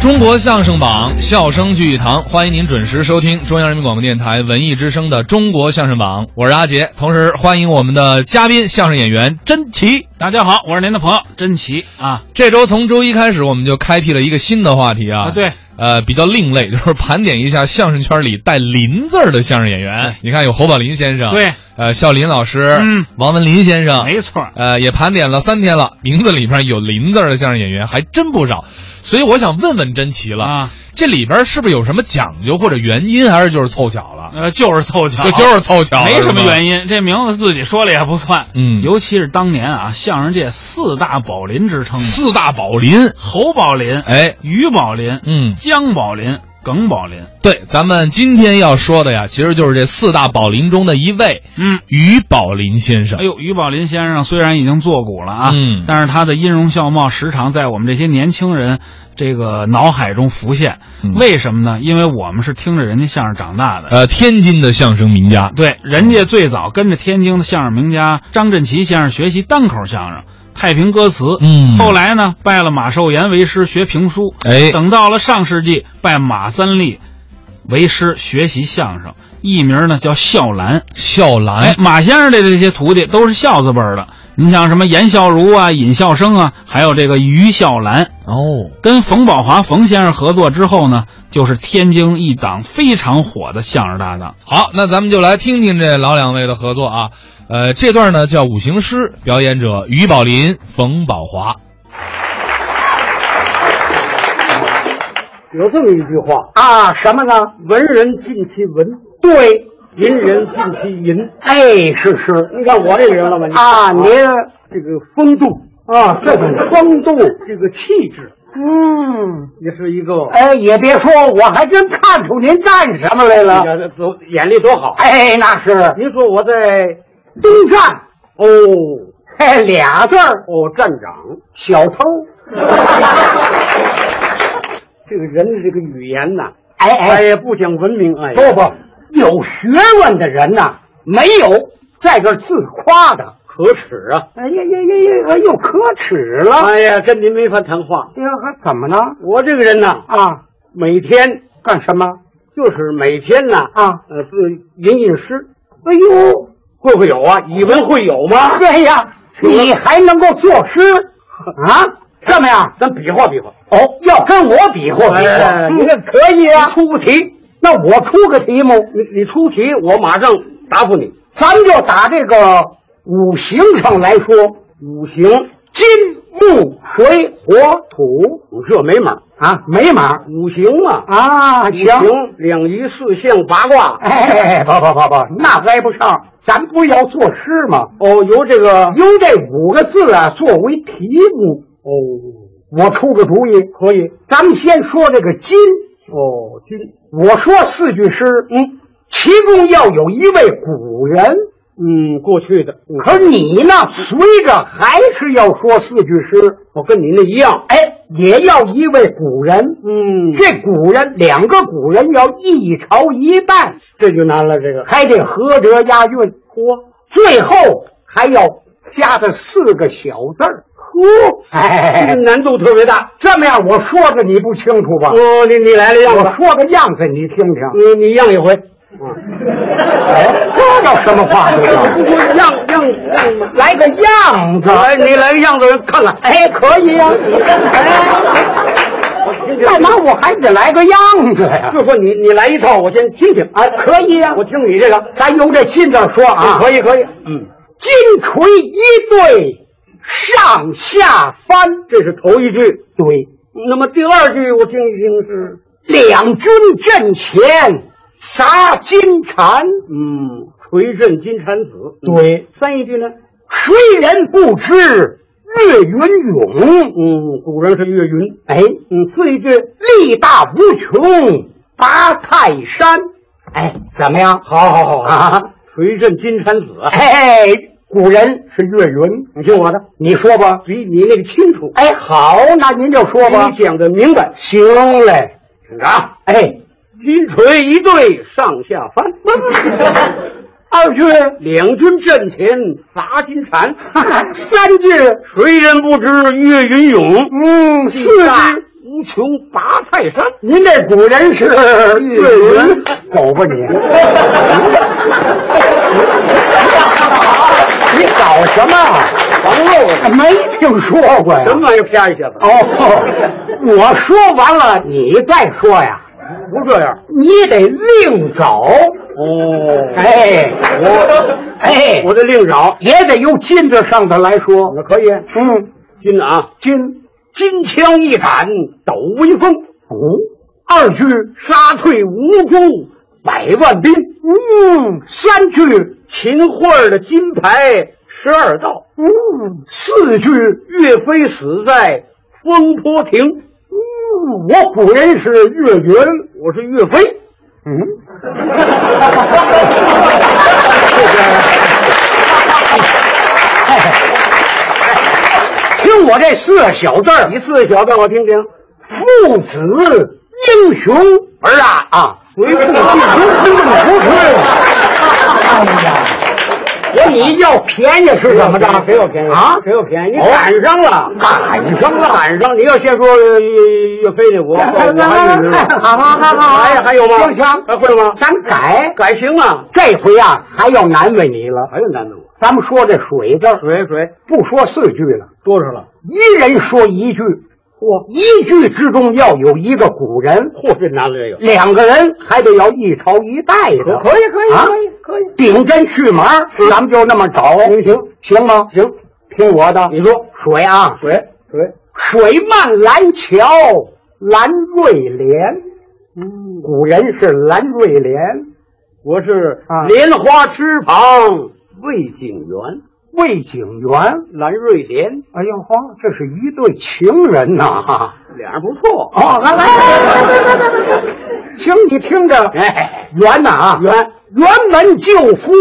中国相声榜，笑声聚一堂，欢迎您准时收听中央人民广播电台文艺之声的《中国相声榜》，我是阿杰，同时欢迎我们的嘉宾相声演员甄奇。大家好，我是您的朋友甄奇啊这周从周一开始，我们就开辟了一个新的话题啊，啊，对，呃，比较另类，就是盘点一下相声圈里带“林”字儿的相声演员。你看，有侯宝林先生，对，呃，笑林老师，嗯，哎王文林先生，没错儿，呃，也盘点了三天了，名字里边有“林”字儿的相声演员还真不少。所以我想问问甄奇了，啊，这里边是不是有什么讲究或者原因，还是就是凑巧了？呃，就是凑巧，就就是凑巧了，没什么因。原因，这名字自己说了也不算。嗯尤其是当年啊，相声界四大宝林之称，四大宝林，侯宝林、哎，于宝林、嗯，姜宝林、耿宝林。对，咱们今天要说的呀，其实就是这四大宝林中的一位嗯，于宝林先生哎。呦，于宝林先生虽然已经作古了啊，嗯但是他的音容笑貌时常在我们这些年轻人这个脑海中浮现。嗯为什么呢？因为我们是听着人家相声长大的。呃，天津的相声名家，对，人家最早跟着天津的相声名家张振奇先生学习单口相声、太平歌词，嗯后来呢拜了马寿岩为师学评书，哎，等到了上世纪拜马三立为师学习相声，艺名呢叫笑兰。笑哎兰，，马先生的这些徒弟都是笑字辈儿的，你像什么严笑如啊、尹笑生啊，还有这个于笑兰。哦，跟冯宝华冯先生合作之后呢，就是天津一档非常火的相声搭档。好，那咱们就来听听这老两位的合作啊。呃，这段呢叫五行诗，表演者于宝林、冯宝华。有这么一句话啊，什么呢？文人尽其文，对；银人尽其银。哎，是是，你看我这个人了吧？啊，您这个风度啊，这种风度，这个气质，嗯，也是一个。哎，也别说，我还真看出您干什么来你了。看这走眼力多好！哎，那是您说我在东站，哦嘿，俩字儿，哦站长，小 偷。这个人的这个语言呐，哎哎，也不讲文明，哎，不不，有学问的人呐，没有在这儿自夸的。可耻啊！哎呀呀呀呀，又可耻了。哎呀，跟您没法谈话。哎呀，还怎么呢？我这个人呐，啊，每天干什么？就是每天呐啊呃，自吟吟诗，哎呦，会会有啊，以文会友吗？对哎呀，你还能够作诗啊？这么样，咱比划比划，哦，要跟我比划比哎划，你你这这可以啊。出个题，那我出个题目，你你出题，我马上答复你。咱们就打这个五行上来说，五行，金木水火土这没码，啊，没码五行嘛，啊，五行，行两仪四象八卦，哎，不不不不，那挨不上，咱不要作诗吗？哦，由这个用这五个字啊作为题目，哦我出个主意，可以。咱们先说这个金，哦金，我说四句诗，嗯，其中要有一位古人，嗯，过去的，嗯可你呢，随着还是要说四句诗。我跟你那一样，哎，也要一位古人。嗯，这古人两个古人要一朝一代，这就难了，这个还得合辙押韵。嚯，最后还要加上四个小字儿。嚯，这哎个，难度特别大。这么样我说的你不清楚吧？哦，你你来了样我吧，说个样子你听听。你你样一回， 嗯哎，这叫什么话？这不叫样样样嘛，来个样子。来你来个样子看看。哎，可以呀、嗯哎，干嘛我还得来个样子呀？哎就说你你嗯来一套，我先听听啊，可以呀、我听你这个咱由这金字儿说啊，可以可以，嗯，金锤一对，上下翻。这是头一句。对，那么第二句我听一听是，两军阵前砸金蝉。嗯，锤震金蝉子。嗯，对，三一句呢？谁人不知岳云勇？嗯，古人是岳云。哎，嗯，四一句力大无穷，拔泰山。哎，怎么样？好好好啊！锤震金蝉 子啊，哎，古人是岳云，你听我的，你说吧。比你那个清楚，哎，好，那您就说吧比。你讲的明白。行嘞，听着啊，哎，金锤一对上下 翻，二句、两军阵前砸金蝉，三句，谁人不知岳云勇？嗯，四力大句，无穷拔泰山。您这古人 是岳岳云云，走吧 你！你搞什么？王漏子没听说过呀。什么玩意儿啪一下子？哦，我说完了，你再说呀，不这样。你得另找。哦，哎，我，哎，我得另找。也得由金子上头来说。那可以，嗯，金啊，金金枪一杆抖威风。哦，二句杀退无辜百万兵。嗯，哎三句秦桧的金牌十二道。嗯，四句岳飞死在风波亭。嗯，我古人是岳云，我是岳飞。听我这四个小字儿，你四个小字儿我听听。父子英雄儿啊啊，为父弟兄更不是。哎呀，我你要便宜是怎么着？谁有便宜啊？谁有便宜你哦赶上了赶上了，赶上！你要先说呃岳岳飞那我，我还没哎好好好好哎，还有吗？行行还会吗？咱改，改行吗？这回啊还要难为你了。还有难度？咱们说这水字儿，水水不说四句了，多少了？一人说一句，嚯，一句之中要有一个古人，嚯，这难了这个。两个人还得要一朝一代的，可以可以啊可以可以，顶针续麻，咱们就那么找，行行行吗？行，听我的，你说水啊，水水，水漫蓝桥蓝瑞莲，古人是蓝瑞莲，嗯我是啊莲花池旁魏景元，魏景元。蓝瑞莲，哎呦呵，这是一对情人呐！哈 脸上不错。哦，来来来来来来来来，请你听着，哎，元呐啊，元辕门救夫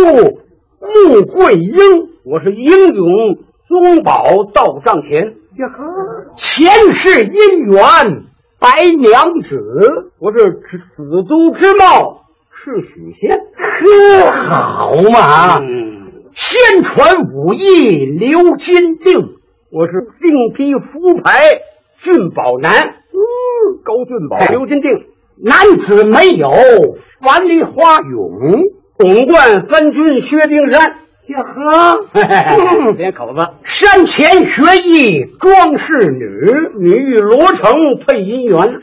穆桂英，我是英勇宗保到帐前，前世姻缘白娘子，我是子子都之貌是许仙。呵，好嘛！嗯，宣传武艺刘金定，我是定批夫牌俊宝男，嗯，高俊宝刘金定，男子没有樊梨花勇，董冠三军薛丁山，嗯呀呵，连口子。山前学艺装饰女。女与罗成配姻缘，这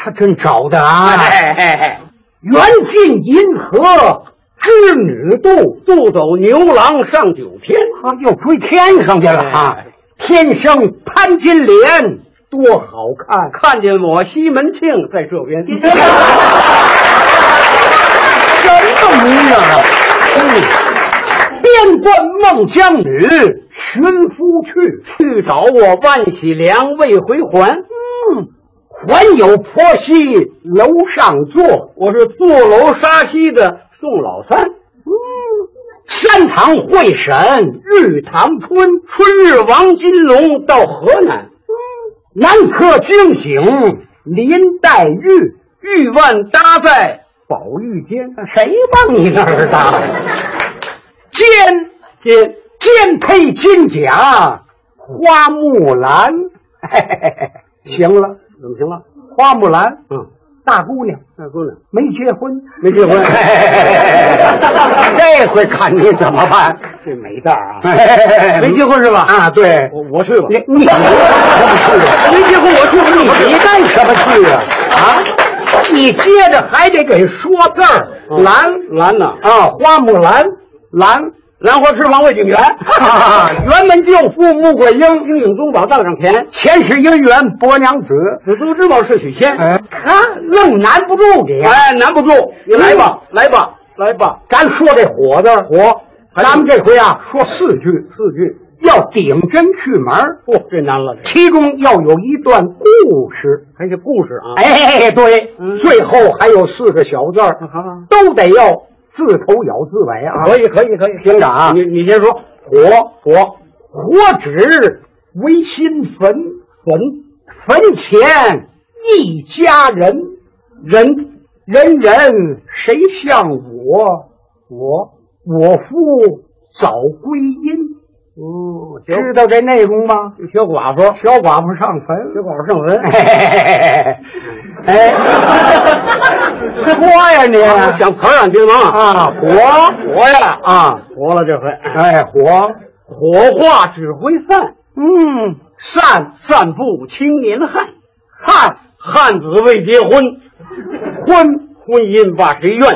他真找的啊！哎，缘尽银河织女渡，渡走牛郎上九天，啊，又追天上去了啊！哎天生潘金莲多好看，看见我西门庆在这边，什么模样啊？嗯边关孟姜女寻夫去，去找我万喜良未回还。嗯，还有婆媳楼上坐，我是坐楼杀西的宋老三，嗯山堂会审玉堂春，春日王金龙到河南，南柯惊醒林黛玉，玉腕搭在宝玉间，谁往你那儿啊搭呀？肩肩，肩配金甲，花木兰。 嘿嘿嘿嘿行了，怎么行了？花木兰，嗯，大姑娘那姑娘没结婚，没结婚， 这回看你怎么办？这没道啊，没 没结婚是吧？啊？对，我我去吧你，你没结婚我去吧，你你干什么去啊？啊，你接着还得给说字儿，兰兰呐，啊，花木兰，兰。兰花池旁魏景元，啊 辕门救父穆桂英，英勇宗保当上前，前世姻缘伯娘子。紫苏之宝是许仙。哎，他愣难不住嗯你。哎，难不住，你来吧，来吧，来吧，咱说这火字儿火，咱们这回啊说四句，哎四句。要顶针续麻儿，嚯、这难了，这其中要有一段故事。还是故事啊。哎，对，嗯啊最后还有四个小字儿，好好都得要自头咬字尾啊。可以，可以，可以。听着啊，你你先说，火火火纸为新坟，坟坟前一家人，人人人谁像我？我我父早归阴，嗯，知道这内容吗？学寡妇，小寡妇上坟，学寡妇上坟。哎， 说呀你，我想词儿啊，你听吗？啊活活下了，啊，活了这回。哎，活，火化指挥散，嗯，散散布青年汉，汉汉子未结婚，婚婚姻把谁怨？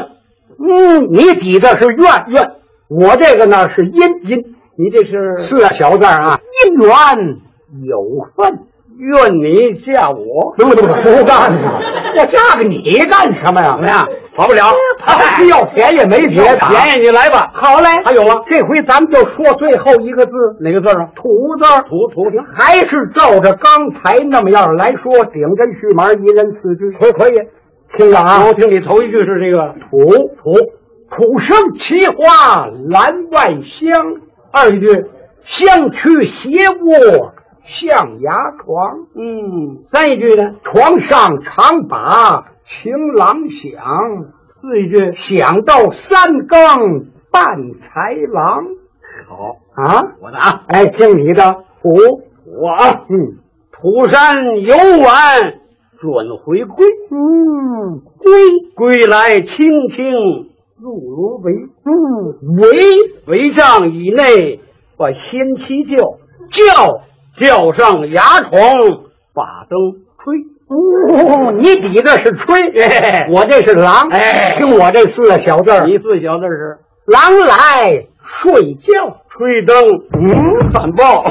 嗯，你抵的是怨怨，我这个呢是阴阴你这是是啊，小字儿啊，姻缘有份。愿你嫁我，不不不干了， 我嫁给你干什么呀？怎么样？跑不了，哎要便宜没别的啊，便宜你来吧。好嘞，还有啊，这回咱们就说最后一个字，哪个字儿啊？土字儿。土土听，还是照着刚才那么样来说，顶针续麻，一人四句，可可以。听着啊我，听你头一句是这个土土，土生奇花栏外香，二一句香去斜卧象牙床，嗯，三一句呢，床上常把情郎想，四一句想到三更伴豺狼好，啊，我的啊，哎，听你的土，我啊，嗯土山游玩准回归，嗯，归来青青入芦苇，嗯。围围帐以内把先妻叫，叫叫上牙床把灯吹，哦，你比的是吹，我这是狼。哎听我这四个小字儿，你最小字是狼来睡觉。吹灯嗯， 反报。